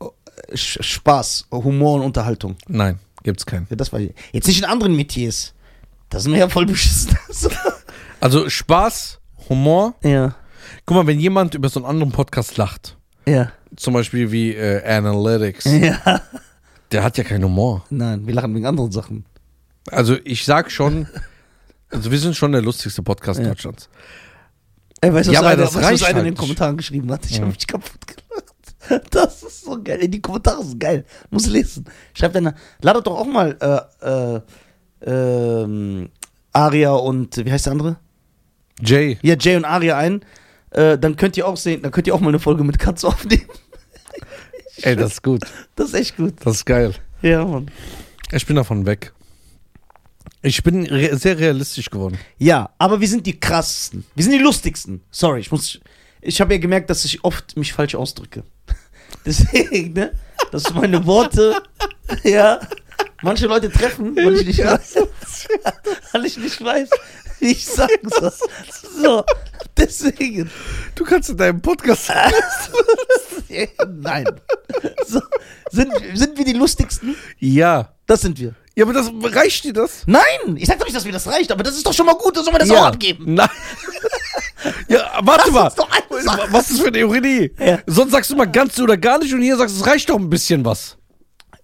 Speaker 1: Äh, Sch- Spaß, Humor und Unterhaltung.
Speaker 2: Nein, gibt's keinen.
Speaker 1: Ja, das war jetzt nicht in anderen Metiers. Da sind wir ja voll beschissen.
Speaker 2: Also Spaß, Humor.
Speaker 1: ja,
Speaker 2: Guck mal, wenn jemand über so einen anderen Podcast lacht,
Speaker 1: ja,
Speaker 2: zum Beispiel wie äh, Analytics,
Speaker 1: ja.
Speaker 2: der hat ja keinen Humor.
Speaker 1: Nein, wir lachen wegen anderen Sachen.
Speaker 2: Also ich sag schon, also wir sind schon der lustigste Podcast
Speaker 1: Ja.
Speaker 2: Deutschlands.
Speaker 1: Ey, weißt du,
Speaker 2: Ja,
Speaker 1: was
Speaker 2: aber
Speaker 1: einer, weißt,
Speaker 2: das
Speaker 1: du, was
Speaker 2: reicht
Speaker 1: einer
Speaker 2: halt
Speaker 1: in den
Speaker 2: nicht.
Speaker 1: Kommentaren geschrieben hat? Ich hab habe mich kaputt gelacht. Das ist so geil. Ey, Die Kommentare sind geil. Muss lesen. Schreibt einer, ladet doch auch mal äh, äh, ähm, Aria und, wie heißt der andere?
Speaker 2: Jay,
Speaker 1: Ja, Jay und Aria ein. Äh, dann könnt ihr auch sehen, dann könnt ihr auch mal eine Folge mit Katze aufnehmen.
Speaker 2: ey, das ist gut.
Speaker 1: Das ist echt gut.
Speaker 2: Das ist geil.
Speaker 1: Ja, Mann.
Speaker 2: Ich bin davon weg. Ich bin re sehr realistisch geworden.
Speaker 1: Ja, aber wir sind die krassesten. Wir sind die lustigsten. Sorry, ich muss. Ich habe ja gemerkt, dass ich oft mich falsch ausdrücke. Deswegen, ne? Dass meine Worte. Ja. manche Leute treffen, weil ich nicht weiß, weil ich nicht weiß, wie ich sagen soll. So, deswegen.
Speaker 2: Du kannst in deinem Podcast.
Speaker 1: Nein. So, sind, sind wir die Lustigsten?
Speaker 2: ja.
Speaker 1: Das sind wir.
Speaker 2: Ja, aber das reicht dir das?
Speaker 1: Nein, ich sag doch nicht, dass mir das reicht, aber das ist doch schon mal gut, dann soll man das
Speaker 2: ja.
Speaker 1: auch abgeben.
Speaker 2: Nein. ja, warte mal.
Speaker 1: uns doch eine Sache.
Speaker 2: Was ist für eine Ironie?
Speaker 1: Ja.
Speaker 2: Sonst sagst du mal ganz oder gar nicht und hier sagst du, es reicht doch ein bisschen was.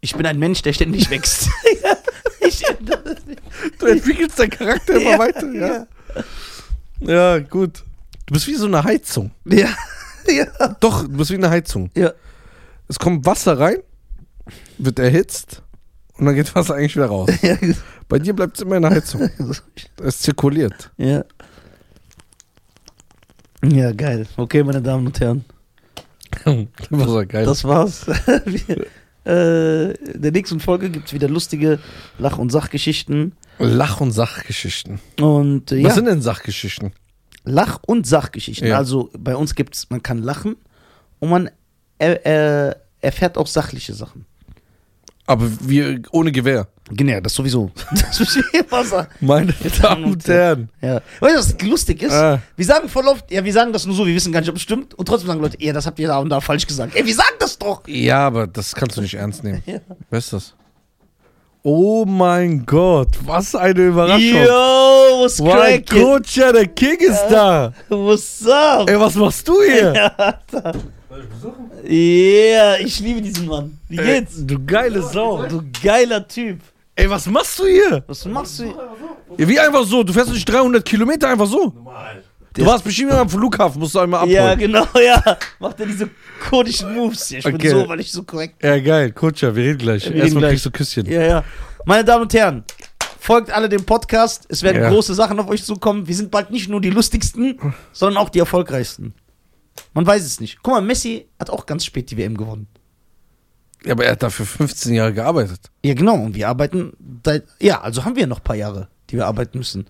Speaker 1: Ich bin ein Mensch, der ständig wächst. ja, ich ändere das nicht.
Speaker 2: Du entwickelst deinen Charakter immer
Speaker 1: Ja,
Speaker 2: weiter. Ja. ja, gut. Du bist wie so eine Heizung.
Speaker 1: Ja. Ja.
Speaker 2: Doch, du bist wie eine Heizung.
Speaker 1: ja.
Speaker 2: Es kommt Wasser rein, wird erhitzt und dann geht Wasser eigentlich wieder raus.
Speaker 1: Ja.
Speaker 2: Bei dir bleibt es immer in der Heizung. Es zirkuliert.
Speaker 1: Ja. Ja, geil. Okay, meine Damen und Herren.
Speaker 2: Das war geil.
Speaker 1: Das war's. Wir, äh, in der nächsten Folge gibt's wieder lustige Lach- und Sachgeschichten.
Speaker 2: Lach- und Sachgeschichten.
Speaker 1: Und äh,
Speaker 2: Was
Speaker 1: ja,
Speaker 2: sind denn Sachgeschichten?
Speaker 1: Lach- und Sachgeschichten.
Speaker 2: Ja.
Speaker 1: Also bei uns gibt's, man kann lachen und man äh, äh, erfährt auch sachliche Sachen.
Speaker 2: Aber wir ohne Gewehr.
Speaker 1: Genau, das sowieso. Das muss ich immer sagen.
Speaker 2: Meine Damen und Herren.
Speaker 1: Ja. Weißt du, was lustig ist?
Speaker 2: Ah.
Speaker 1: Wir sagen voll oft, ja, wir sagen das nur so, wir wissen gar nicht, ob es stimmt. Und trotzdem sagen Leute, ja, das habt ihr da und da falsch gesagt. Ey, wir sagen das doch.
Speaker 2: Ja, aber das kannst du nicht ernst nehmen.
Speaker 1: Ja.
Speaker 2: Wer ist das? Oh mein Gott, was eine Überraschung.
Speaker 1: Yo, was
Speaker 2: Why
Speaker 1: crackin'?
Speaker 2: Coacher, der King ist da.
Speaker 1: What's up?
Speaker 2: Ey, was machst du hier?
Speaker 1: Ja, Alter. Yeah, ich liebe diesen Mann. Wie
Speaker 2: Ey,
Speaker 1: geht's? Oh,
Speaker 2: du geile Sau. Du,
Speaker 1: Du geiler Typ.
Speaker 2: ey, was machst du hier?
Speaker 1: Was machst du? hier?
Speaker 2: Ja, wie einfach so? Du fährst nicht 300 Kilometer einfach so? Normal. Du warst bestimmt am Flughafen, musst du einmal abholen.
Speaker 1: Ja, genau, ja. Macht er diese kodischen Moves. Ich
Speaker 2: Okay.
Speaker 1: bin so, weil ich so korrekt
Speaker 2: Ja, geil. Kutscher, wir reden gleich.
Speaker 1: reden
Speaker 2: Erstmal
Speaker 1: gleich.
Speaker 2: kriegst du Küsschen.
Speaker 1: Ja, ja. Meine Damen und Herren, folgt alle dem Podcast. Es werden
Speaker 2: Ja.
Speaker 1: große Sachen auf euch zukommen. Wir sind bald nicht nur die lustigsten, sondern auch die erfolgreichsten. Man weiß es nicht. Guck mal, Messi hat auch ganz spät die WM gewonnen.
Speaker 2: Ja, aber er hat dafür 15 Jahre gearbeitet.
Speaker 1: Ja, genau. Und wir arbeiten seit. Ja, also haben wir noch ein paar Jahre, die wir arbeiten müssen.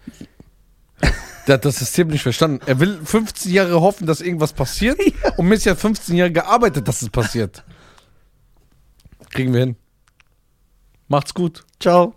Speaker 2: Der hat das System nicht verstanden. Er will 15 Jahre hoffen, dass irgendwas passiert. Und Messi hat 15 Jahre gearbeitet, dass es passiert. Kriegen wir hin. Macht's gut.
Speaker 1: Ciao.